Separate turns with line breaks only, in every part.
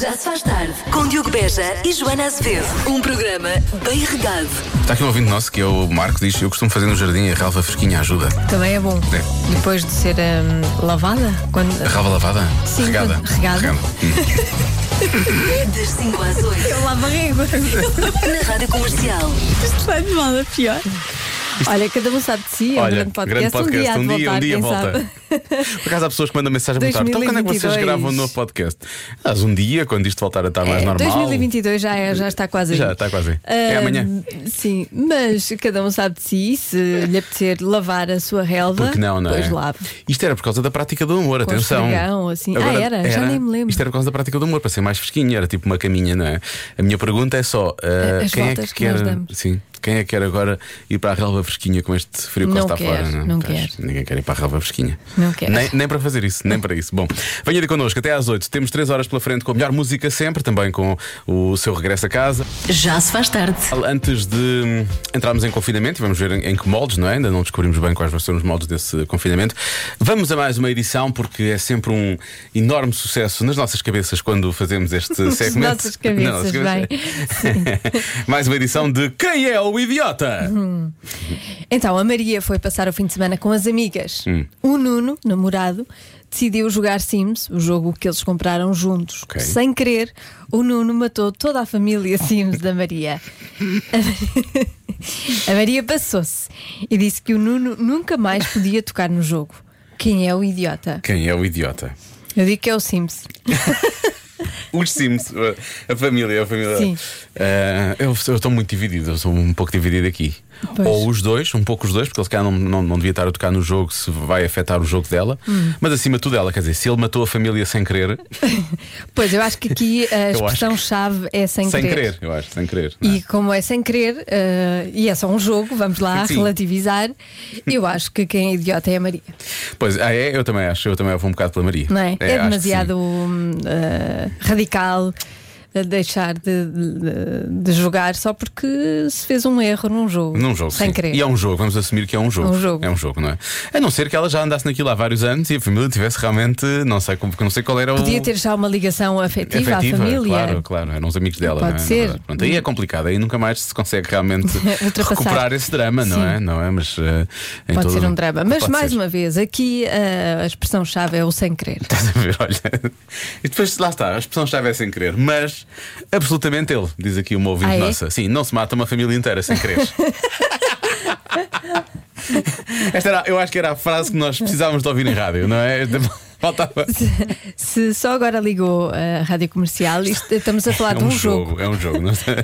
Já se faz tarde com Diogo Beja e Joana Azevedo. Um programa bem regado.
Está aqui um ouvinte nosso que é o Marco, diz: Eu costumo fazer no jardim a relva fresquinha ajuda.
Também é bom.
É.
Depois de ser hum, lavada, quando
A relva lavada?
Sim,
regada.
quando- regada. é um
Hum.
Das 5 às 8.
eu lavo a régua,
Na rádio comercial.
é isto vai de mal a pior. Olha, cada um sabe de si, é um
Olha,
grande podcast.
podcast,
um dia, há de
um dia
voltar,
volta.
quem sabe?
Por acaso há pessoas que mandam mensagem a perguntar: Então quando é que vocês
2022?
gravam um novo podcast? Mas um dia, quando isto voltar a estar mais
É,
normal.
2022 já, é- já está quase aí.
Já está quase aí. É
Ah,
amanhã.
Sim, mas cada um sabe de si. Se lhe apetecer lavar a sua relva,
Porque não, não
depois
é?
lave.
Isto era por causa da prática do amor,
Com
atenção.
esfregão, assim. Ah, era? Já nem me lembro.
Isto era por causa da prática do amor, para ser mais fresquinho, era tipo uma caminha, não é? A minha pergunta é só: ah,
As
quem é
voltas
que
que nós
quer.
damos.
Sim. Quem é que quer agora ir para a relva fresquinha com este frio que
Não
está
quer,
fora?
não
Pois,
quer.
Ninguém quer ir para a relva fresquinha.
Não quer.
Nem, nem para fazer isso, nem para isso. Bom, venha de connosco até às 8. Temos 3 horas pela frente com a melhor música sempre, também com o seu regresso a casa.
Já se faz tarde.
Antes de hum, entrarmos em confinamento, e vamos ver em, em que moldes, não é? Ainda não descobrimos bem quais vão ser os moldes desse confinamento. Vamos a mais uma edição, porque é sempre um enorme sucesso nas nossas cabeças quando fazemos este
As
segmento.
nossas cabeças,
Não, as mais uma edição de Quem é o Idiota?
Uhum. Então, a Maria foi passar o fim de semana com as amigas.
Hum.
O Nuno, namorado, decidiu jogar Sims, o jogo que eles compraram juntos.
Ok.
Sem querer, o Nuno matou toda a família Sims da Maria. A Maria- A Maria passou-se e disse que o Nuno nunca mais podia tocar no jogo. Quem é o idiota?
Quem é o Idiota?
Eu digo que é o Sims.
Os Sims, a a família, a família.
Sim.
Eh, eu eu estou muito dividido, eu sou um pouco dividido aqui.
Pois.
Ou os dois, um pouco os dois, porque ele se calhar não, não, não devia estar a tocar no jogo se vai afetar o jogo dela.
Hum.
Mas acima de tudo, ela, quer dizer, se ele matou a família sem querer,
Pois, eu acho que aqui a
acho
expressão-chave é sem,
sem querer, eu acho, sem querer. não é?
E como é sem querer, eh, e é só um jogo, vamos lá
Sim.
relativizar. Eu acho que quem é idiota é a Maria,
Pois, ah, é, eu também acho, eu também vou um bocado pela Maria.
não é? É,
acho que
demasiado hum, eh, radical eh, deixar de, de- de jogar só porque se fez um erro num jogo.
sim. Num jogo,
Sem
sim.
querer.
E é um jogo, vamos assumir que é um jogo.
É um jogo.
É um jogo, não é? A não ser que ela já andasse naquilo há vários anos e a família tivesse realmente, não sei, como- não sei qual era
Podia
o.
ter já uma ligação afetiva, à família.
Claro, claro, eram os amigos dela.
Pode
não é?
ser.
Na verdade. Pronto, aí é complicado, aí nunca mais se consegue realmente
Ultrapassar.
recuperar esse drama, não
Sim.
é? Não é? Mas eh, em
Pode
todo-
ser um drama. Mas
Pode
mais
ser.
uma vez, aqui eh, a expressão-chave é o sem querer.
Estás a ver, olha. E depois, lá está, a expressão estava sem querer, mas absolutamente ele, diz aqui uma ouvinte
Ah, é?
nossa. Sim, não se mata uma família inteira sem querer. Esta era, eu acho que era a frase que nós precisávamos de ouvir em rádio, não é? Faltava.
Se só agora ligou a rádio comercial, isto- estamos a falar
É
de
um
um jogo.
jogo, é um jogo. Não sei.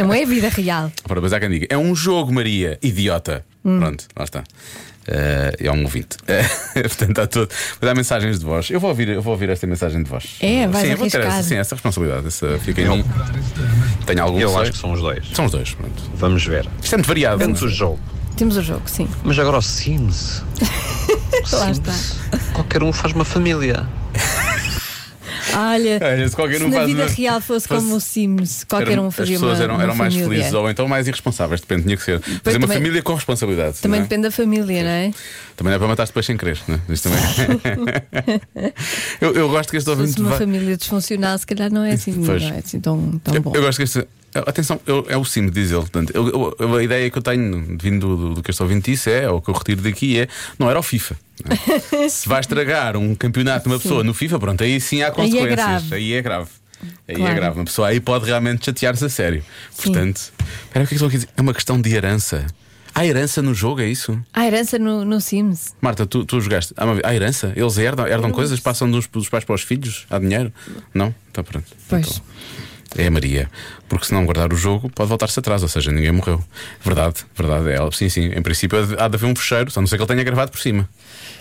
Não é vida real.
Ora, mas há quem diga: é um jogo, Maria, idiota.
Hum.
Pronto, lá está. Eh, é um ouvinte. Eh, portanto, há tudo. Mas há mensagens de voz. Eu vou ouvir, eu vou ouvir esta mensagem de voz.
É, vais
sim, eu vou ter
arriscar.
essa, sim, essa responsabilidade. Essa fica em mim. Tenho algum
Eu
receio?
acho que são os dois.
São os dois, pronto.
Vamos ver.
Isto é muito variado.
Depende
não
do
é?
jogo.
Temos o jogo, sim.
Mas agora o Sims. O
Lá
Sims. Qualquer um faz uma família.
Olha,
Olha, se qualquer um
na
faz
vida
uma-
real fosse, como o Sims, qualquer
Era-
um
As
fazia
pessoas
uma,
eram,
uma
eram mais
família.
felizes ou então mais irresponsáveis, depende, tinha que ser. Fazer uma
também-
família com responsabilidade.
Também
não é?
depende da família, não é?
Também não é para matar depois sem querer, não é? Isto também. eu, eu gosto que este
Se fosse
ouvinte.
uma
vá-
família disfuncional, se calhar não é assim,
Pois.
não é assim tão, tão
Eu,
bom.
eu gosto que este. Atenção, eu- é o sim, diz ele. Portanto, eu- eu- a ideia que eu tenho, vindo do, do que este ouvinte disse, é, ou que eu retiro daqui, é: não era o FIFA. não é? Se vai estragar um campeonato de uma pessoa no FIFA, pronto, aí sim há consequências.
grave.
Aí é grave. Aí é
Claro.
grave. Uma pessoa aí pode realmente chatear-se a sério.
Sim.
Portanto, espera, o que é que estão aqui a dizer? É uma questão de herança. Há herança no jogo, é isso?
Há herança no, no Sims.
Marta, tu, tu jogaste. Há, uma- há herança? Eles herdam, herdam coisas? Passam dos, dos pais para os filhos? Há dinheiro? Não? Está pronto.
Pois.
É a Maria. Porque se não guardar o jogo, pode voltar-se atrás, ou seja, ninguém morreu. Verdade, verdade é ela. Sim, sim. Em princípio há de haver um fecheiro, só não sei que ele tenha gravado por cima.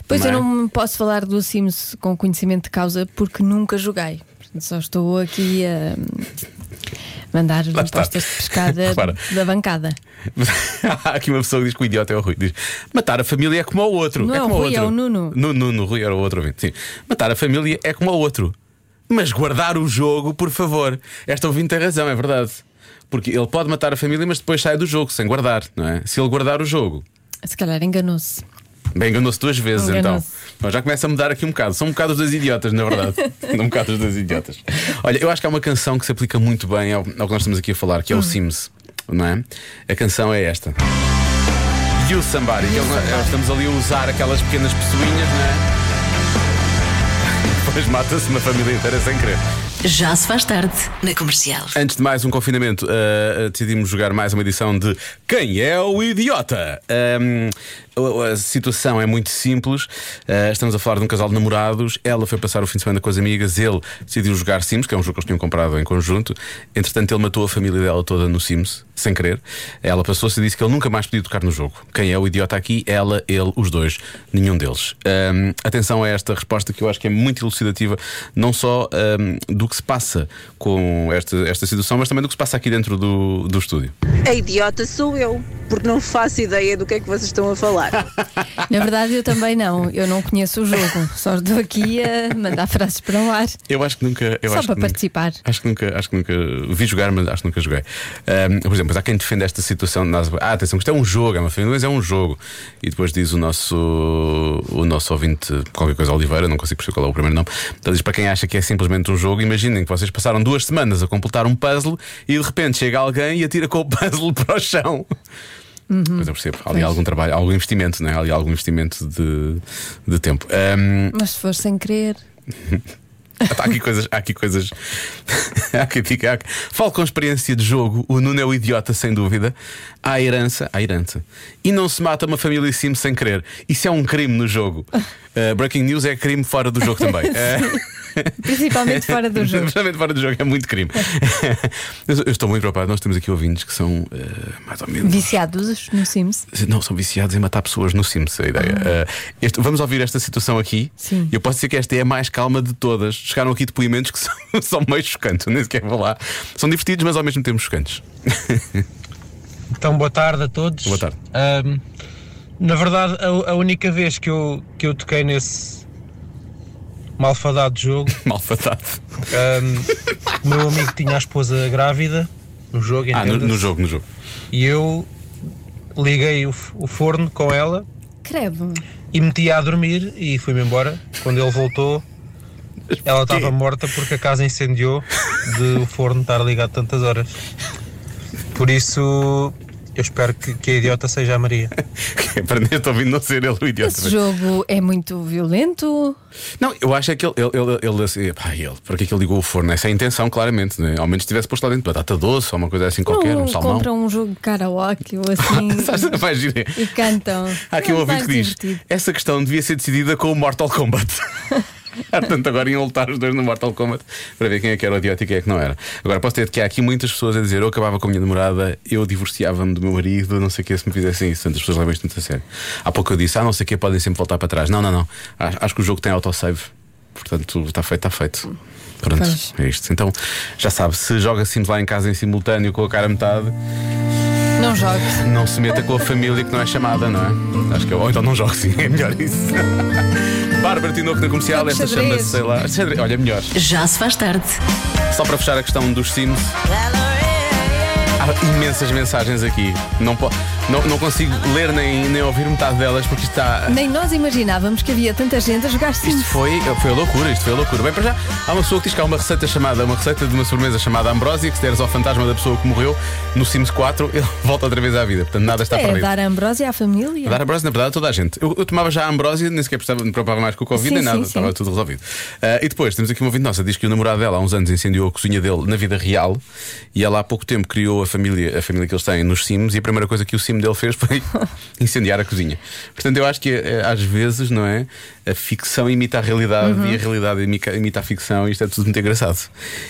Pois
Não é?
eu não posso falar do Sims com conhecimento de causa porque nunca joguei. Portanto, Só estou aqui a hum, mandar
Lá está.
postas de pescada
Repara.
da bancada.
Há aquá uma pessoa que diz que o idiota é o Rui. Diz: matar a família é como ao outro.
Não é o
como ao
Rui, é
outro.
o Nuno.
Nu- Nuno, Rui era o outro ouvinte. Sim. Matar a família é como ao outro. Mas guardar o jogo, por favor. Esta ouvinte tem razão, é verdade. Porque ele pode matar a família, mas depois sai do jogo sem guardar, não é? Se ele guardar o jogo,
Se calhar enganou-se.
Bem, enganou-se duas vezes então.
Enganou-se.
Bom, já começa a mudar aqui um bocado. São um bocado os dois idiotas, na verdade. um bocado os dois idiotas. Olha, eu acho que há uma canção que se aplica muito bem ao, ao que nós estamos aqui a falar, que é o Sims, não é? A canção é esta. You Somebody, que é uma- estamos ali a usar aquelas pequenas pessoinhas, não é? Depois mata-se uma família inteira sem querer.
Já se faz tarde na comercial.
Antes de mais um confinamento, ah, ah, decidimos jogar mais uma edição de Quem é o Idiota? Ahm, a- a situação é muito simples. Ah, estamos a falar de um casal de namorados. Ela foi passar o fim de semana com as amigas. Ele decidiu jogar Sims, que é um jogo que eles tinham comprado em conjunto. Entretanto, ele matou a família dela toda no Sims, sem querer. Ela passou-se e disse que ele nunca mais podia tocar no jogo. Quem é o idiota aqui? Ela, ele, os dois. Nenhum deles. Ahm, atenção a esta resposta que eu acho que é muito elucidativa, não só ahm, do que se passa com esta, esta situação, mas também do que se passa aqui dentro do, do estúdio.
A idiota sou eu, porque não faço ideia do que é que vocês estão a falar.
Na verdade, eu também não. Eu não conheço o jogo. Só estou aqui a mandar frases para o ar.
Eu acho que nunca. Eu
Só
acho
para
que nunca-
participar.
acho que nunca, acho que nunca vi jogar, mas acho que nunca joguei. Ahm, por exemplo, mas há quem defenda esta situação. de nós- Ah, atenção, que isto é um jogo, é uma família, mas é um jogo. E depois diz o nosso, o nosso ouvinte, qualquer coisa, Oliveira, não consigo perceber qual é o primeiro nome. Então diz para quem acha que é simplesmente um jogo, imaginem que vocês passaram duas semanas a completar um puzzle e de repente chega alguém e atira com o puzzle para o chão.
Uhum.
Mas eu percebo, há ali algum trabalho, há algum investimento, não é? Há ali algum investimento de, de tempo. Ahm,
Mas se for sem querer.
Há aqui coisas. Há aqui coisas. há aqui, fica, há... Falo com experiência de jogo. O Nuno é o idiota, sem dúvida. Há herança. Há herança. E não se mata uma família em cima sem querer. Isso é um crime no jogo. Uh, breaking news é crime fora do jogo também. Uh,
Principalmente fora do jogo.
Principalmente fora do jogo, é muito crime. Eu eu estou muito preocupado. Nós temos aqui ouvintes que são uh, mais ou menos.
Viciados no Sims.
Não, são viciados em matar pessoas no Sims, a ideia. Eh, este- vamos ouvir esta situação aqui.
Ah. Sim.
Eu posso dizer que esta é a mais calma de todas. Chegaram aqui depoimentos que são, são meio chocantes, eu nem sequer vou lá. São divertidos, mas ao mesmo tempo chocantes.
Então, boa tarde a todos.
Boa tarde.
Ahm, na verdade, a, a única vez que eu, que eu toquei nesse malfadado jogo,
Malfatado.
ahm, o meu amigo tinha a esposa grávida no jogo,
Ah, no,
entenda-se,
no jogo, no jogo.
e eu liguei o, f- o forno com ela
Credo.
e meti-a a dormir e fui-me embora. Quando ele voltou, ela estava morta porque a casa incendiou de o forno estar ligado tantas horas. Por isso, eu espero que, que a idiota seja a Maria.
Para neste ouvindo não ser ele o idiota.
Esse jogo é muito violento.
Não, eu acho é que ele, ele, ele, ele, assim, pá, ele, para que é que ele ligou o forno? Essa é a intenção, claramente. Né? Ao menos tivesse posto lá dentro batata doce ou uma coisa assim qualquer,
não
um salmão.
compram um jogo de karaoke ou assim.
Vai girar.
e cantam.
Há aqui um
Não,
ouvinte
faz
que diz:
É divertido.
essa questão devia ser decidida com o Mortal Kombat. Portanto, agora iam lutar os dois no Mortal Kombat para ver quem é que era o idiota e quem é que não era. Agora, posso dizer que há aqui muitas pessoas a dizer: eu acabava com a minha namorada, eu divorciava-me do meu marido, não sei o que, se me fizessem isso. Portanto, as pessoas levam isto muito a sério. Há pouco eu disse: ah, não sei o que, podem sempre voltar para trás. Não, não, não. Acho acho que o jogo tem autosave. Portanto, está feito, está feito. Pronto,
Pois.
é isto. Então, já sabe, se joga Sims lá em casa em simultâneo com a cara a metade,
Não jogues.
não se meta com a família que não é chamada, não é? Acho que é. Ou então não jogue sim, é melhor isso. Bárbara Tinoco na comercial,
Vamos
esta
xadrez.
chama-se, sei lá. xadrez. Olha, melhor.
Já se faz tarde.
Só para fechar a questão dos Sims. Há imensas mensagens aqui. Não, po- não, não consigo ler nem, nem ouvir metade delas porque isto está.
Nem nós imaginávamos que havia tanta gente a jogar
Isto
Sims.
foi, foi a loucura, isto foi a loucura. Bem, para já, há uma pessoa que diz que há uma receita chamada, uma receita de uma sobremesa chamada Ambrósia, que se deres ao fantasma da pessoa que morreu, no Sims 4, ele volta outra vez à vida. Portanto, nada está
É
perdido.
dar a ambrósia à família.
Dar ambrósia, na verdade, a toda a gente. Eu, eu tomava já a ambrósia, nem sequer precisava, me preocupava mais com o Covid,
Sim,
nem nada,
sim, sim.
estava tudo resolvido. Ah, e depois, temos aqui uma ouvinte nossa, diz que o namorado dela há uns anos incendiou a cozinha dele na vida real e ela há pouco tempo criou a família, a família que eles têm nos Sims e a primeira coisa que o Sim dele fez foi incendiar a cozinha. Portanto, eu acho que eh, às vezes, não é? A ficção imita a realidade
Uhum.
e a realidade imica- imita a ficção e isto é tudo muito engraçado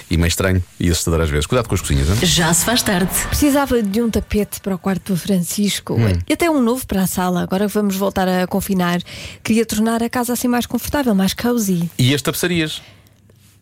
e meio estranho e assustador às vezes. Cuidado com as cozinhas, não é?
Já se faz tarde.
Precisava de um tapete para o quarto do Francisco
Hum.
e até um novo para a sala. Agora que vamos voltar a confinar. Queria tornar a casa assim mais confortável, mais cozy.
E as tapeçarias.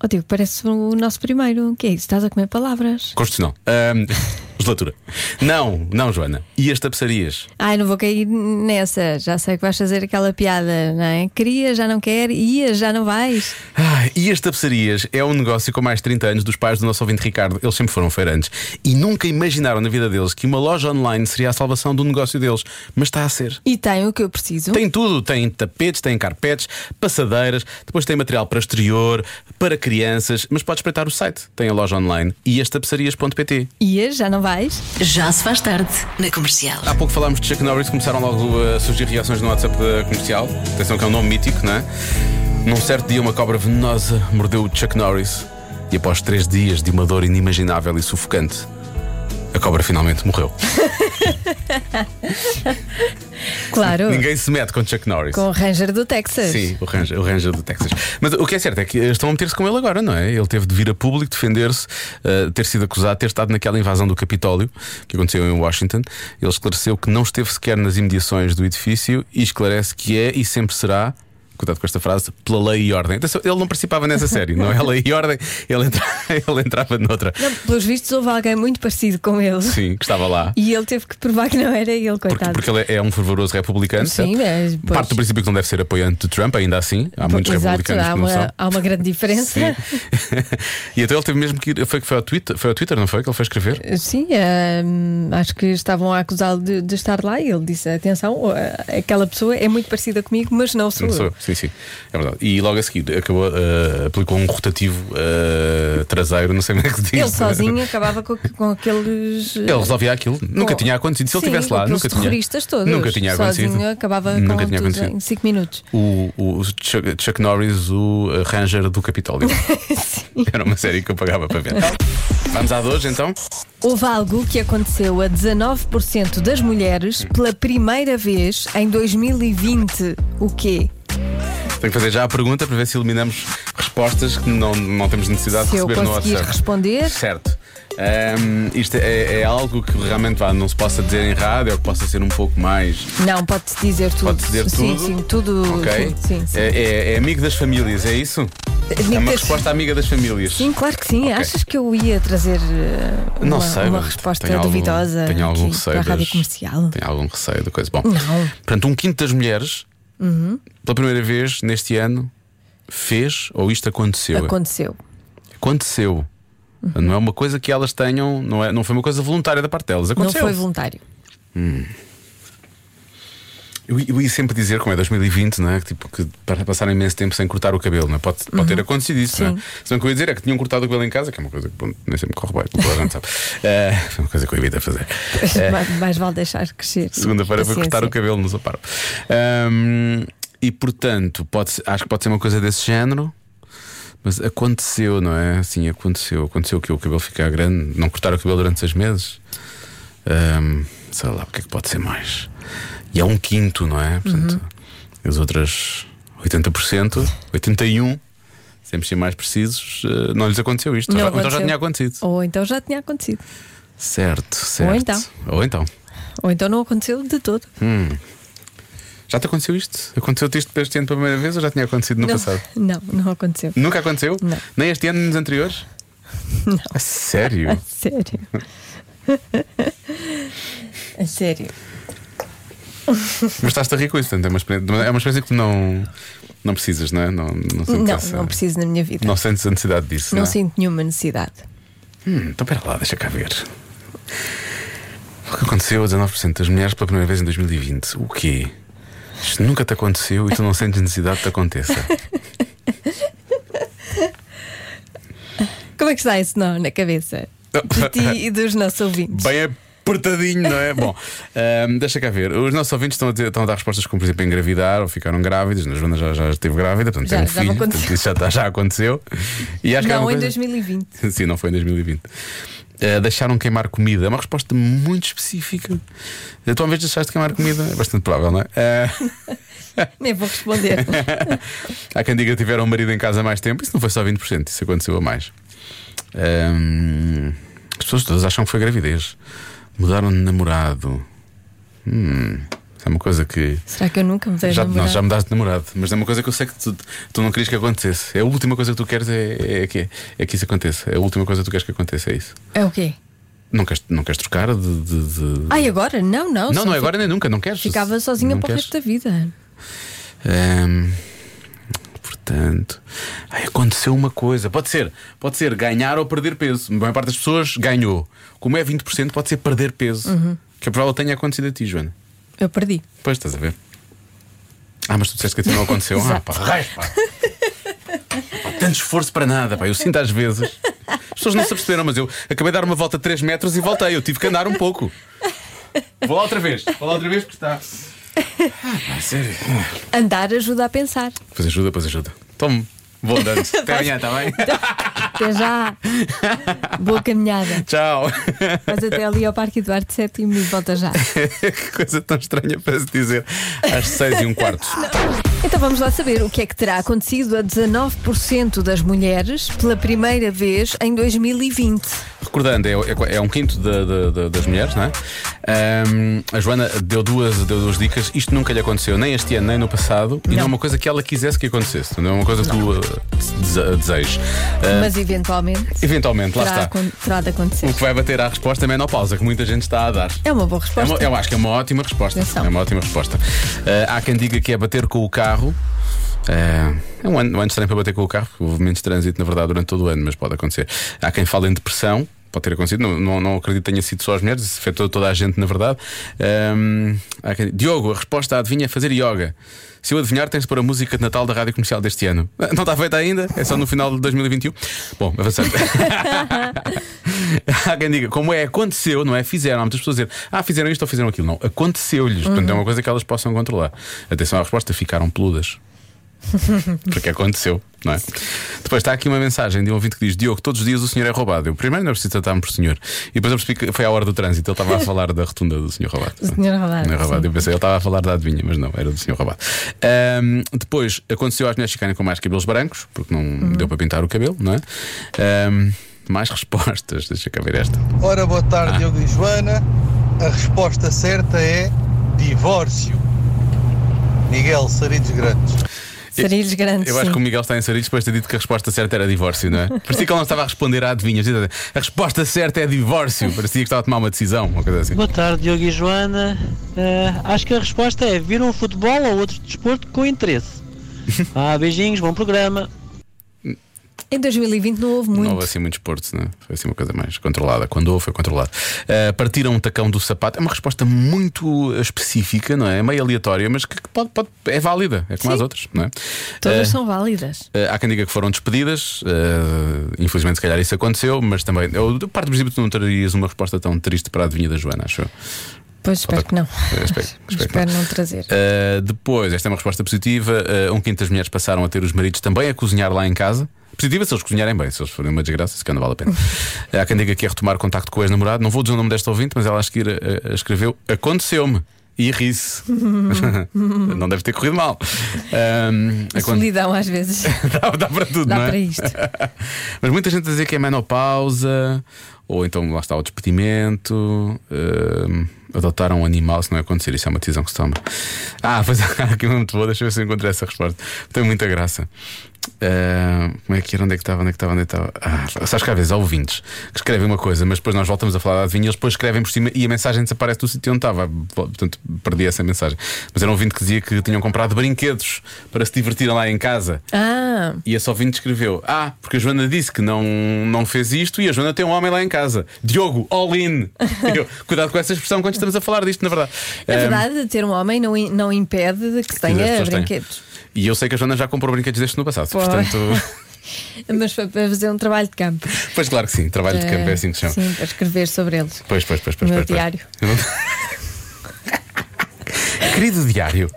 Oh, Diego, parece o nosso primeiro. O que é isso? Estás a comer palavras?
Constitucional. Ahm, legislatura. Não, não, Joana. E as tapeçarias?
Ai, não vou cair nessa. Já sei que vais fazer aquela piada, não é? Queria, já não quer, ia, já não vais.
Ah, e as tapeçarias é um negócio com mais de 30 anos dos pais do nosso ouvinte Ricardo. Eles sempre foram feirantes e nunca imaginaram na vida deles que uma loja online seria a salvação do negócio deles. Mas está a ser.
E tem o que eu preciso.
Tem tudo, tem tapetes, tem carpetes, passadeiras, depois tem material para exterior, para crianças, mas pode espreitar o site. Tem a loja online e as tapeçarias.pt.
Ia, já não vais.
Já se faz tarde na comercial.
Há pouco falámos de Chuck Norris, começaram logo eh, a surgir reações no WhatsApp da comercial. Atenção que é um nome mítico, não é? Num certo dia, uma cobra venenosa mordeu o Chuck Norris e, após três dias de uma dor inimaginável e sufocante, a cobra finalmente morreu.
Claro.
Ninguém se mete com Chuck Norris.
Com o Ranger do Texas.
Sim, o Ranger, o Ranger do Texas. Mas o que é certo é que estão a meter-se com ele agora, não é? Ele teve de vir a público defender-se, eh, ter sido acusado de ter estado naquela invasão do Capitólio que aconteceu em Washington. Ele esclareceu que não esteve sequer nas imediações do edifício e esclarece que é e sempre será. Cuidado com esta frase, pela lei e ordem. Atenção, ele não participava nessa série, não é lei e ordem, ele entra- ele entrava noutra.
Não, pelos vistos, houve alguém muito parecido com ele.
Sim, que estava lá.
E ele teve que provar que não era ele,
Porque,
coitado.
porque ele é um fervoroso republicano. certo?
Sim, mas, pois.
Parte do princípio que não deve ser apoiante de Trump, ainda assim. Há muitos
Exato,
republicanos
há
que não
uma,
são.
há uma grande diferença.
Sim. e então ele teve mesmo que ir. Foi, foi, ao Twitter, foi ao Twitter, não foi? Que ele foi escrever?
Sim, hum, acho que estavam a acusá-lo de, de estar lá e ele disse: atenção, uh, aquela pessoa é muito parecida comigo, mas não sou
Não sou
eu.
eu. Sim, sim. É verdade. E logo a seguir acabou, eh, aplicou um rotativo eh, traseiro, não sei como é que se diz.
Ele sozinho acabava com, com aqueles.
Ele resolvia aquilo. Nunca
com-
tinha acontecido. Se ele
Sim,
estivesse lá,
com
nunca
aqueles
tinha.
terroristas todos.
Nunca tinha acontecido.
Sozinho acabava
Nunca
com
tinha
tudo
acontecido.
em 5 minutos.
O, o Chuck, Chuck Norris, o eh, Ranger do Capitólio. Era uma série que eu pagava para ver.
Tá.
Vamos à de hoje então?
Houve algo que aconteceu a 19% das mulheres pela primeira vez em 2020. O quê?
Tenho que fazer já a pergunta para ver se eliminamos respostas que não, não temos necessidade
Se
de
eu
receber no
conseguir
WhatsApp.
responder,
Certo. Ahm, isto é, é algo que realmente vá, não se possa dizer em rádio ou que possa ser um pouco mais.
não, pode-se dizer tudo.
Pode-se dizer
sim,
tudo.
Sim, tudo.
Ok?
tudo, Sim, sim. Eh,
É, é- é amigo das famílias, é isso?
Amigo
é uma
das-
resposta amiga das famílias.
Sim, claro que sim. Achas que eu ia trazer eh, uma,
Não sei.
uma
mas
resposta
tenho algum-
duvidosa
tenho algum
aqui
receio
para a rádio
das-
comercial?
Tenho algum receio da coisa. Bom,
Não. Uhum.
portanto, um quinto das mulheres, pela primeira vez neste ano, fez ou isto aconteceu?
Aconteceu.
aconteceu. Não é uma coisa que elas tenham, não, é, não foi uma coisa voluntária da parte delas.
Não
Aconteceu.
foi voluntário.
Eu, eu ia sempre dizer, como é 2020, não é? Que, tipo, que para passar imenso tempo sem cortar o cabelo, não é? Pode, pode
Uhum.
ter acontecido isso, não é? Senão o que eu ia dizer é que tinham cortado o cabelo em casa, que é uma coisa que bom, nem sempre corre bem, toda a gente sabe. Eh, é uma coisa que eu evito a fazer. Eh,
Mais, mais vale deixar crescer.
Segunda-feira foi cortar
Paciência.
o cabelo no Zaparo. Ahm, e portanto, pode ser- acho que pode ser uma coisa desse género. Mas aconteceu, não é? Assim, aconteceu. Aconteceu que o cabelo ficar grande, não cortar o cabelo durante seis meses. Ahm, sei lá, o que é que pode ser mais? E é um quinto, não é? Portanto,
Uhum.
as outras 80%, 81%, sempre ser mais precisos, eh, não lhes aconteceu isto.
Não
Ou Então já
aconteceu.
tinha acontecido.
Ou então já tinha acontecido.
Certo, certo.
então.
Ou então.
Ou então não aconteceu de todo.
Já te aconteceu isto? Aconteceu-te isto este ano pela primeira vez ou já tinha acontecido no
não,
passado?
não, não aconteceu.
Nunca aconteceu?
Não.
Nem este ano, nem nos anteriores?
Não.
A sério?
Sério. A sério.
Mas estás-te a rir com isso, portanto, é uma experiência, é uma experiência que tu não, não precisas, não é? Não, não, sentes
Não,
essa-
não preciso na minha vida.
Não sentes a necessidade disso.
Não
Não, é?
sinto nenhuma necessidade.
Hum, então pera lá, deixa cá ver. O que aconteceu a 19% das mulheres pela primeira vez em 2020? O quê? Isto nunca te aconteceu e tu não sentes necessidade que te aconteça.
Como é que está esse nó na cabeça? De ti e dos nossos ouvintes.
Bem apertadinho, não é? Bom, ahm, deixa cá ver. Os nossos ouvintes estão a, dizer- estão a dar respostas como, por exemplo, engravidar ou ficaram grávidas. A Joana já, já esteve grávida, portanto,
Já-
tem um
já
filho.
aconteceu.
portanto, isso já, tá- já aconteceu. E acho que era
não,
uma
em
coisa-
2020.
Sim, não foi em 2020. Ah, deixaram queimar comida. É uma resposta muito específica. Ah, Tu, uma vez, deixaste queimar comida? É bastante provável, não é? Ah,
Nem vou responder.
há quem diga que tiveram um marido em casa há mais tempo. Isso não foi só 20%, isso aconteceu a mais. Ahm, as pessoas todas acham que foi gravidez. Mudaram de namorado. Hum, isso é uma coisa que.
Será que eu nunca me dei
Já, não,
namorar?
já mudaste de namorado, mas é uma coisa que eu sei que tu, tu não querias que acontecesse. É a última coisa que tu queres é, é, que, é que isso aconteça. É a última coisa que tu queres que aconteça, é isso.
É o quê?
Não queres, não queres trocar de. de- de-
Ai, agora? Não, não.
não,
só
não é
fi-
agora nem nunca, não queres?
Ficava sozinha
Não
para o
queres?
resto da vida.
Ahm, portanto, ai, aconteceu uma coisa. Pode ser, pode ser ganhar ou perder peso. A maior parte das pessoas ganhou. Como é 20%, pode ser perder peso. Que é provável que tenha acontecido a ti, Joana.
Eu perdi.
Pois estás a ver. Ah, mas tu disseste que a ti não aconteceu. ah, pá, raios, pá. Pá, Tanto esforço para nada, pá. Eu sinto às vezes. As pessoas não se aperceberam, mas eu acabei de dar uma volta de 3 metros e voltei. Eu tive que andar um pouco. Vou lá outra vez, vou lá outra vez porque está. Ah, pá, sério.
Andar ajuda a pensar.
Pois ajuda, pois ajuda. Tome, vou andando. Até amanhã, está bem?
Até já. Boa caminhada.
Tchau.
Mas até ali ao Parque Eduardo VII e volta já.
que coisa tão estranha para se dizer. Às seis e um quarto.
Então vamos lá saber o que é que terá acontecido a 19% das mulheres pela primeira vez em 2020.
Recordando, é, é- é um quinto da- da- da- das mulheres, não é? Ahm, a Joana deu duas, deu duas dicas. Isto nunca lhe aconteceu, nem este ano, nem no passado. E não é uma coisa que ela quisesse que acontecesse. Não é uma coisa que tu uh, dese- desejes. Ah,
Mas eventualmente
eventualmente, lá
terá,
está.
acon- terá de
O
acontecer.
que vai bater à resposta é a menopausa, que muita gente está a dar.
É uma boa
É uma-
resposta.
eu acho que é uma ótima resposta.
Atenção.
É uma ótima resposta. Eh, há quem diga que é bater com o carro. Eh, é um ano, um ano estranho para bater com o carro, porque houve menos trânsito, na verdade, durante todo o ano, mas pode acontecer. Há quem fale em depressão, pode ter acontecido, não, não, não acredito que tenha sido só as mulheres, isso afetou toda a gente, na verdade. Ehm, há quem- Diogo, a resposta à adivinha é fazer yoga. Se eu adivinhar, tens de pôr a música de Natal da Rádio Comercial deste ano. Ah, Não está feita ainda, é só no final de 2021. Bom, avançando. Há quem diga, como é, aconteceu, não é? Fizeram, há muitas pessoas a dizer, ah, fizeram isto ou fizeram aquilo. Não, aconteceu-lhes. Portanto,
Uhum.
é uma coisa que elas possam controlar. Atenção à resposta, ficaram peludas. Porque aconteceu, não é? Depois está aqui uma mensagem de um ouvinte que diz: Diogo, todos os dias o senhor é roubado. Eu primeiro não preciso tratar-me por senhor. E depois eu percebi que foi à hora do trânsito. Ele estava a falar da rotunda do senhor roubado.
O senhor roubado,
Não é roubado.
sim.
Eu pensei, ele estava a falar da adivinha, mas não, era do senhor roubado. Ahm, depois aconteceu às mulheres ficarem com mais cabelos brancos, porque não
Uhum.
deu para pintar o cabelo, não é? Ahm, mais respostas, deixa cá ver esta.
Ora, boa tarde, Diogo e Joana. A resposta certa é divórcio. Miguel Saridos Grandes.
Sarilhos grandes.
um- Eu acho
sim.
que o Miguel está em Sarilhos depois de ter dito que a resposta certa era divórcio, não é? Parecia que ele não estava a responder a adivinhas. A resposta certa é divórcio. Parecia que estava a tomar uma decisão, uma coisa assim.
Boa tarde, Diogo e Joana. Eh, acho que a resposta é vir um futebol ou outro desporto com interesse. Ah, beijinhos, bom programa.
Em 2020 não houve muito.
Não houve assim muitos portos, né? foi assim uma coisa mais controlada. Quando houve, foi controlado. Uh, partiram um tacão do sapato é uma resposta muito específica, não é? É meio aleatória, mas que que pode, pode- é válida, é como
Sim.
as outras, não é?
Todas
Uh,
são válidas.
Uh, há quem diga que foram despedidas, uh, infelizmente, se calhar isso aconteceu, mas também. Eu parto do princípio que tu não terias uma resposta tão triste para a adivinha da Joana, acho eu.
Pois espero que não.
Eu espero- espero que não.
Espero não trazer.
Uh, depois, esta é uma resposta positiva. uh, um quinto das mulheres passaram a ter os maridos também a cozinhar lá em casa. Positiva se eles cozinharem bem, se eles forem uma desgraça, se calhar não vale a pena. Uh, Há quem diga que é retomar contacto com o ex-namorado. Não vou dizer o nome desta ouvinte, mas ela acho que ir, uh, uh, escreveu: Aconteceu-me. E ri-se. não deve ter corrido mal. Um,
A
acon-
solidão às vezes
dá, dá para tudo,
dá
não é?
para isto.
Mas muita gente a dizer que é menopausa, ou então lá está o despedimento, hum, adotar um animal, se não é acontecer, isso é uma decisão que se toma. Ah, pois há aqui uma muito boa, deixa eu ver se eu encontro essa resposta. Tem muita graça. Hum, como é que era? Onde é que estava? Onde é que estava? Onde é que estava? Ah, sabes que às vezes há ouvintes que escrevem uma coisa, mas depois nós voltamos a falar da adivinha, eles depois escrevem por cima e a mensagem desaparece do sítio onde estava. Portanto, perdi essa mensagem. Mas era um ouvinte que dizia que tinham comprado brinquedos para se divertirem lá em casa.
Ah,
E esse ouvinte escreveu: Ah, porque a Joana disse que não, não fez isto e a Joana tem um homem lá em casa. Diogo, all in. Eu, cuidado com essa expressão quando estamos a falar disto, na verdade.
na
Ahm,
verdade, ter um homem não, i- não impede de que se
É. as
tenha
pessoas têm.
brinquedos.
E eu sei que a Joana já comprou brinquedos destes no passado.
Pois.
Portanto,
Mas foi para fazer um trabalho de campo.
pois claro que sim, trabalho de campo é assim que se chama.
Sim, para escrever sobre eles.
Pois, pois, pois, pois.
No meu
pois, pois.
diário.
Eu não- Querido diário.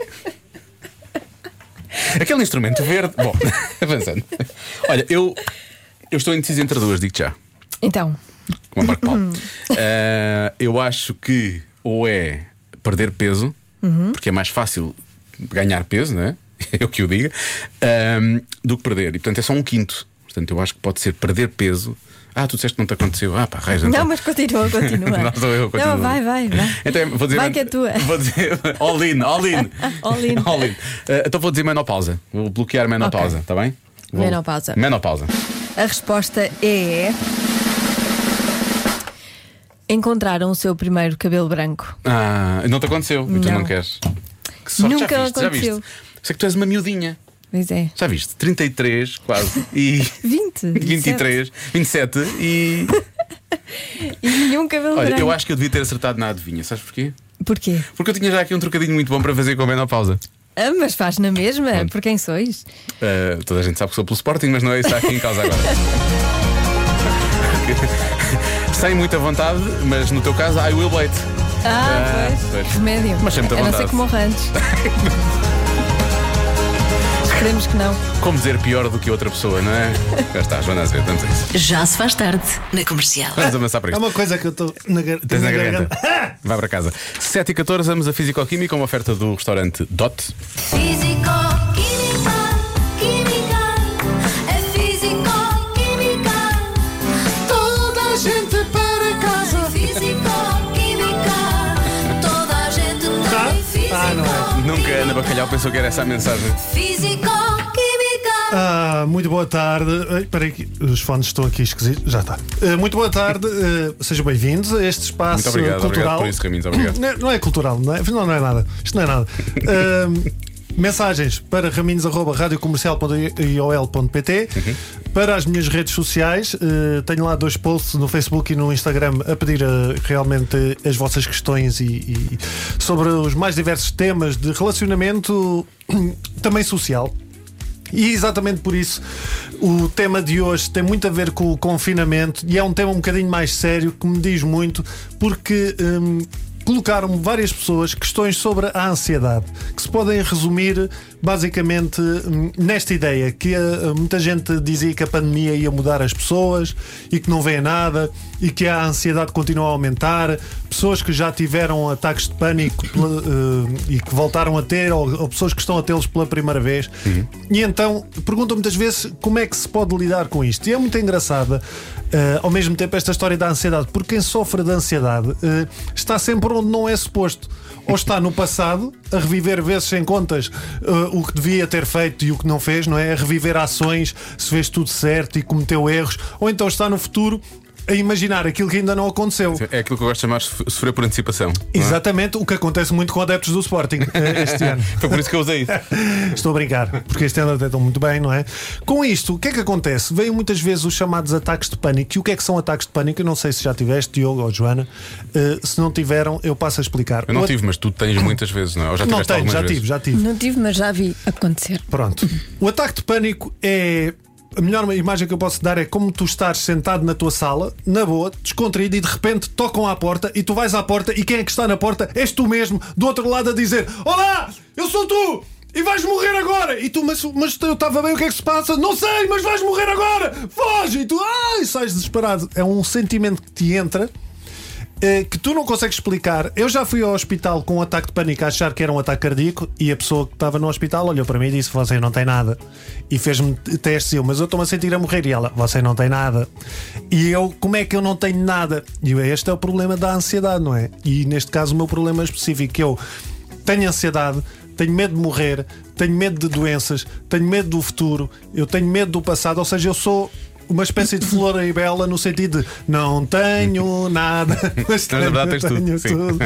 Aquele instrumento verde. Bom, avançando. Olha, eu, eu estou indeciso entre duas, digo já.
Então,
com a Marco
Uhum.
Paulo. Ah, eu acho que ou é perder peso,
Uhum.
porque é mais fácil ganhar peso, não é? É o que eu diga, ahm, do que perder. E portanto é só um quinto. Portanto, eu acho que pode ser perder peso. Ah, tu disseste que não te aconteceu. Ah, pá, raios, então-
não, mas continua, continua.
Não, sou eu, continua.
Não, vai, vai, vai.
Então, eu vou dizer,
vai que é tua.
Vou dizer, all in, all in.
All in.
Ah, então vou dizer menopausa. Vou bloquear menopausa,
Ok.
está bem? Vou-
Menopausa.
Menopausa.
A resposta é. encontraram o seu primeiro cabelo branco.
Ah, não te aconteceu e tu não
Não.
queres. Que sorte,
Nunca
já viste, já
aconteceu.
viste. Sei que tu és uma miudinha.
Pois é.
Já viste? 33, quase. E
20.
23, 27 e.
E nenhum cabelo
Olha,
branco.
eu acho que eu devia ter acertado na adivinha, sabes porquê?
Porquê?
Porque eu tinha já aqui um trocadinho muito bom para fazer com a menopausa.
Ah, mas faz na mesma, por quem sois?
Uh, toda a gente sabe que sou pelo Sporting, mas não é isso que está aqui em causa agora. Sem muita vontade, mas no teu caso, I will wait.
Ah, pois.
pois.
Remédio.
Mas sempre
a
à
não
vontade.
ser que morra antes. Esperemos que não.
Como dizer pior do que outra pessoa, não é? Já está, Joana Azevedo, vamos a isso.
Já se faz tarde na comercial.
Vamos avançar para
É
isto.
uma coisa que eu estou na, gar...
Tens
tenho
na garganta. Vai para casa. 7 e 14, vamos a Físico-Química, uma oferta do restaurante Dot.
Físico, química, química, é físico, química. Toda a gente para casa. Físico, química, toda a gente
Tá?
tem físico.
Ah, não é.
Nunca Ana Bacalhau pensou que era essa a mensagem.
Físico, química.
Ah, muito boa tarde. Ai, Espera aí, que os fones estão aqui esquisitos. Já está. Ah, muito boa tarde, ah, sejam bem-vindos a este espaço
Muito obrigado, obrigado
cultural.
por isso, Raminhos, obrigado.
Não, é- não é cultural, não é? Não, não é nada. Isto não é nada. Ah, mensagens para raminhos.radiocomercial.iol.pt Para as minhas redes sociais, ah, tenho lá dois posts no Facebook e no Instagram a pedir ah, realmente as vossas questões e, e sobre os mais diversos temas de relacionamento também social. E exatamente por isso o tema de hoje tem muito a ver com o confinamento e é um tema um bocadinho mais sério que me diz muito porque hum, colocaram-me várias pessoas questões sobre a ansiedade que se podem resumir basicamente hum, nesta ideia que ah, muita gente dizia que a pandemia ia mudar as pessoas e que não vê nada e que a ansiedade continua a aumentar pessoas que já tiveram ataques de pânico pela- eh, e que voltaram a ter, ou, ou pessoas que estão a tê-los pela primeira vez. E então perguntam muitas vezes como é que se pode lidar com isto. E é muito engraçada, eh, ao mesmo tempo, esta história da ansiedade, porque quem sofre de ansiedade eh, está sempre onde não é suposto. Ou está no passado, a reviver vezes sem contas eh, o que devia ter feito e o que não fez, não é? A reviver ações, se fez tudo certo e cometeu erros. Ou então está no futuro a imaginar aquilo que ainda não aconteceu.
É aquilo que eu gosto de chamar sof- sofrer por antecipação. não é?
Exatamente, o que acontece muito com adeptos do Sporting eh, este ano.
Foi por isso que eu usei isso.
Estou a brincar, porque este ano até estão muito bem, não é? Com isto, o que é que acontece? Vêm muitas vezes os chamados ataques de pânico. E o que é que são ataques de pânico? Eu não sei se já tiveste, Diogo ou Joana. Eh, se não tiveram, eu passo a explicar.
Eu não
O-
tive, mas tu tens muitas vezes, não é? Ou já
Não
tiveste
tenho,
algumas
já
vezes?
tive, já tive.
Não tive, mas já vi acontecer.
Pronto. O ataque de pânico é. A melhor imagem que eu posso dar é como tu estás sentado na tua sala, na boa, descontraído, e de repente tocam à porta e tu vais à porta e quem é que está na porta és tu mesmo, do outro lado a dizer: Olá, eu sou tu! E vais morrer agora! E tu, mas, mas eu estava bem, o que é que se passa? Não sei, mas vais morrer agora! Foge! E tu, ai, sais desesperado. É um sentimento que te entra eh, que tu não consegues explicar. Eu já fui ao hospital com um ataque de pânico a achar que era um ataque cardíaco e a pessoa que estava no hospital olhou para mim e disse: Você não tem nada. E fez-me t- testes e eu, mas eu estou-me a sentir a morrer. E ela, você não tem nada. E eu, como é que eu não tenho nada? E eu, este é o problema da ansiedade, não é? E neste caso, o meu problema específico, que eu tenho ansiedade, tenho medo de morrer, tenho medo de doenças, tenho medo do futuro, eu tenho medo do passado, ou seja, eu sou uma espécie de flor e bela no sentido de não tenho nada, mas
Na verdade, tens tudo,
tenho
sim.
tudo.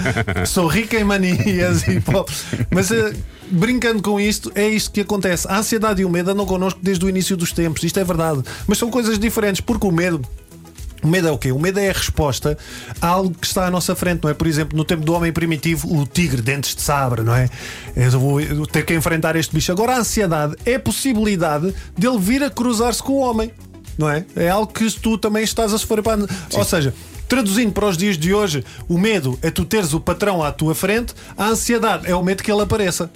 Sou rica em manias e pop. Mas eh, brincando com isto, é isto que acontece. A ansiedade e o medo andam connosco desde o início dos tempos, isto é verdade. Mas são coisas diferentes, porque o medo. O medo é o quê? O medo é a resposta a algo que está à nossa frente, não é? Por exemplo, no tempo do homem primitivo, o tigre, dentes de sabre, não é? Eu vou eu ter que enfrentar este bicho. Agora, a ansiedade é a possibilidade dele vir a cruzar-se com o homem, não é? É algo que tu também estás a sofrer para. Ou seja. Traduzindo para os dias de hoje, o medo é tu teres o patrão à tua frente, a ansiedade é o medo que ele apareça.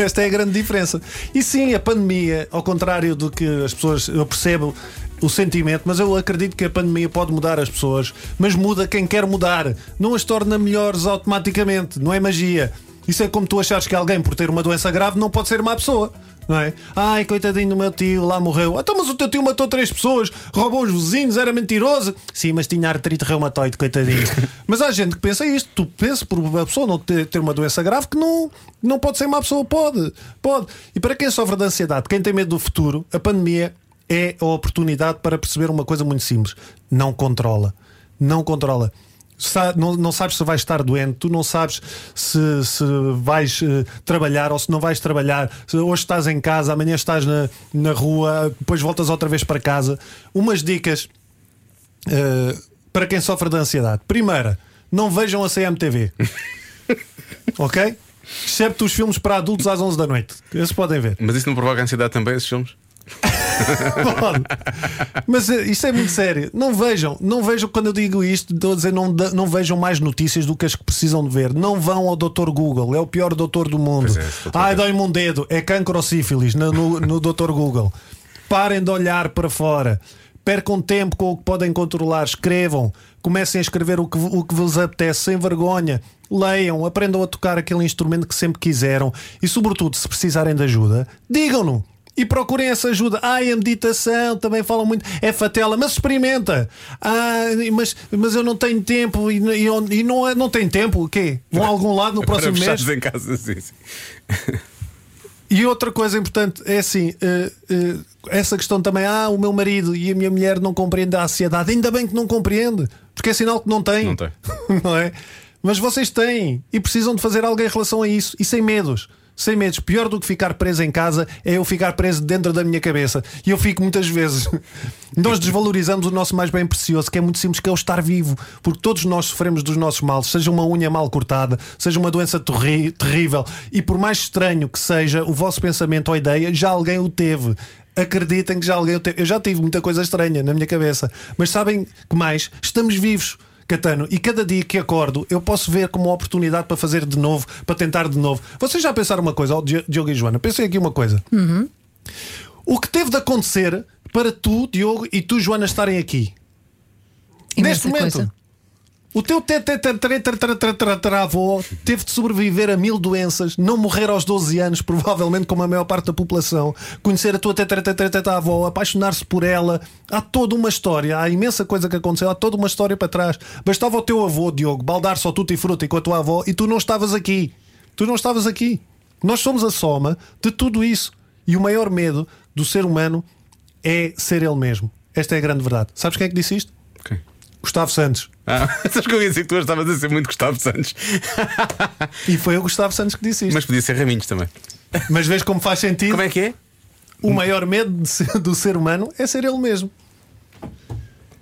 Esta é a grande diferença. E sim, a pandemia, ao contrário do que as pessoas. Eu percebo o sentimento, mas eu acredito que a pandemia pode mudar as pessoas. Mas muda quem quer mudar. Não as torna melhores automaticamente. Não é magia. Isso é como tu achares que alguém, por ter uma doença grave, não pode ser má pessoa. Não é? Ai, coitadinho do meu tio, lá morreu. Então, mas o teu tio matou três pessoas, roubou os vizinhos, era mentiroso. Sim, mas tinha artrite reumatoide, coitadinho. mas há gente que pensa isto. Tu pensas por uma pessoa não ter, ter uma doença grave que não, não pode ser má pessoa. Pode, pode. E para quem sofre de ansiedade, quem tem medo do futuro, a pandemia é a oportunidade para perceber uma coisa muito simples: não controla. Não controla. sa- não, não sabes se vais estar doente, tu não sabes se, se vais eh, trabalhar ou se não vais trabalhar. Se hoje estás em casa, amanhã estás na, na rua, depois voltas outra vez para casa. Umas dicas eh, para quem sofre de ansiedade. Primeira, não vejam a CMTV. ok? Excepto os filmes para adultos às 11 da noite. Esses podem ver.
Mas isso não provoca ansiedade também, esses filmes?
Pode. Mas eh, isto é muito sério. Não vejam, não vejam quando eu digo isto, estou a dizer não, da- não vejam mais notícias do que as que precisam de ver. Não vão ao Dr. Google, é o pior doutor do mundo.
Pois é, esse doutor
Ai, dói-me um dedo, é cancro ou sífilis no, no, no Dr. Google. Parem de olhar para fora. Percam tempo com o que podem controlar, escrevam, comecem a escrever o que, o que vos apetece, sem vergonha. Leiam, aprendam a tocar aquele instrumento que sempre quiseram e, sobretudo, se precisarem de ajuda, digam-no. E procurem essa ajuda. Ai, a meditação, também falam muito. É fatela, mas experimenta. Ah, mas, mas eu não tenho tempo. E, e, onde- e não, é- não tem tempo? O quê? Vão a algum lado no
É Para
próximo mês?
fechados em casa, sim, sim.
E outra coisa importante é assim: eh, eh, essa questão também. Ah, o meu marido e a minha mulher não compreendem a ansiedade. Ainda bem que não compreende, porque é sinal que não tem.
Não tem.
não é? Mas vocês têm e precisam de fazer algo em relação a isso e sem medos. Sem medos, pior do que ficar preso em casa é eu ficar preso dentro da minha cabeça. E eu fico muitas vezes. Nós desvalorizamos o nosso mais bem precioso, que é muito simples, que é o estar vivo. Porque todos nós sofremos dos nossos males, seja uma unha mal cortada, seja uma doença terri- terrível. E por mais estranho que seja o vosso pensamento ou ideia, já alguém o teve. Acreditem que já alguém o teve. Eu já tive muita coisa estranha na minha cabeça. Mas sabem que mais? Estamos vivos. Catano, e cada dia que acordo eu posso ver como uma oportunidade para fazer de novo, para tentar de novo. Vocês já pensaram uma coisa, ó, Di- Diogo e Joana? Pensei aqui uma coisa. O que teve de acontecer para tu, Diogo, e tu, Joana, estarem aqui?
Imensa
Neste momento.
coisa.
O teu tê- tê- tê- tê- tê- tê- tê- tê- tê- avô teve de sobreviver a mil doenças, não morrer aos 12 anos, provavelmente como a maior parte da população, conhecer a tua tê- tê- tê- tê- tê- tê- avó, apaixonar-se por ela. Há toda uma história, há imensa coisa que aconteceu, há toda uma história para trás. Bastava o teu avô, Diogo, baldar só tudo e fruta e com a tua avó e tu não estavas aqui. Tu não estavas aqui. Nós somos a soma de tudo isso. E o maior medo do ser humano é ser ele mesmo. Esta é a grande verdade. Sabes quem é que disse isto?
Quem?
Gustavo Santos.
Ah, sabes que eu ia dizer que tu hoje estavas a ser muito Gustavo Santos.
E foi o Gustavo Santos que disse isto.
Mas podia ser Raminhos também.
Mas, vês como faz sentido?
Como é que é?
O maior medo de ser- do ser humano é ser ele mesmo.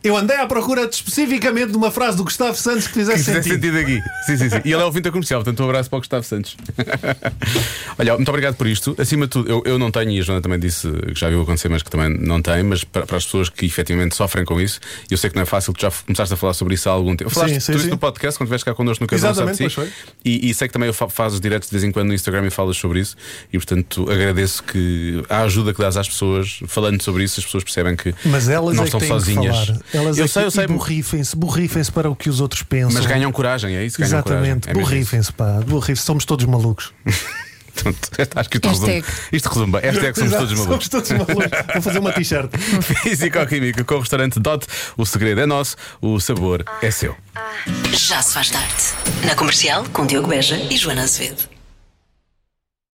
Eu andei à procura de- especificamente de uma frase do Gustavo Santos que fizesse
Que fizer
sentido.
sentido aqui. Sim, sim, sim. E ele é ouvinte da comercial, portanto, um abraço para o Gustavo Santos. Olha, muito obrigado por isto. Acima de tudo, eu, eu não tenho, e a Joana também disse que já viu acontecer, mas que também não tem, mas para, para as pessoas que efetivamente sofrem com isso, eu sei que não é fácil, tu já f- começaste a falar sobre isso há algum tempo. Falaste
Sim, sim,
tu isso
sim.
no podcast, quando estiveste cá connosco no Casal Sabe de
Exatamente,
si,
pois
e, e sei que também eu fa- fazes diretos de vez em quando no Instagram e falas sobre isso, e portanto agradeço que a ajuda que dás às pessoas, falando sobre isso, as pessoas percebem que
Mas elas
não
é que
estão
têm
sozinhas.
que falar. Elas
eu
é
sei,
que
eu sei,
e borrifem-se, borrifem-se para o que os outros pensam.
mas ganham coragem, é isso? Ganham coragem.
Exatamente,
É mesmo isso.
borrifem-se, pá, borrifem-se, somos todos malucos.
Portanto, acho que isto resume.
Hashtag.
Isto resume bem. Hashtag É somos
Exato,
todos malucos.
Somos todos malucos. Vou fazer uma t-shirt.
Físico-química com o restaurante Dot. O segredo é nosso, o sabor é seu.
Já se faz tarde. Na comercial, com Diogo Beja e Joana Azevedo.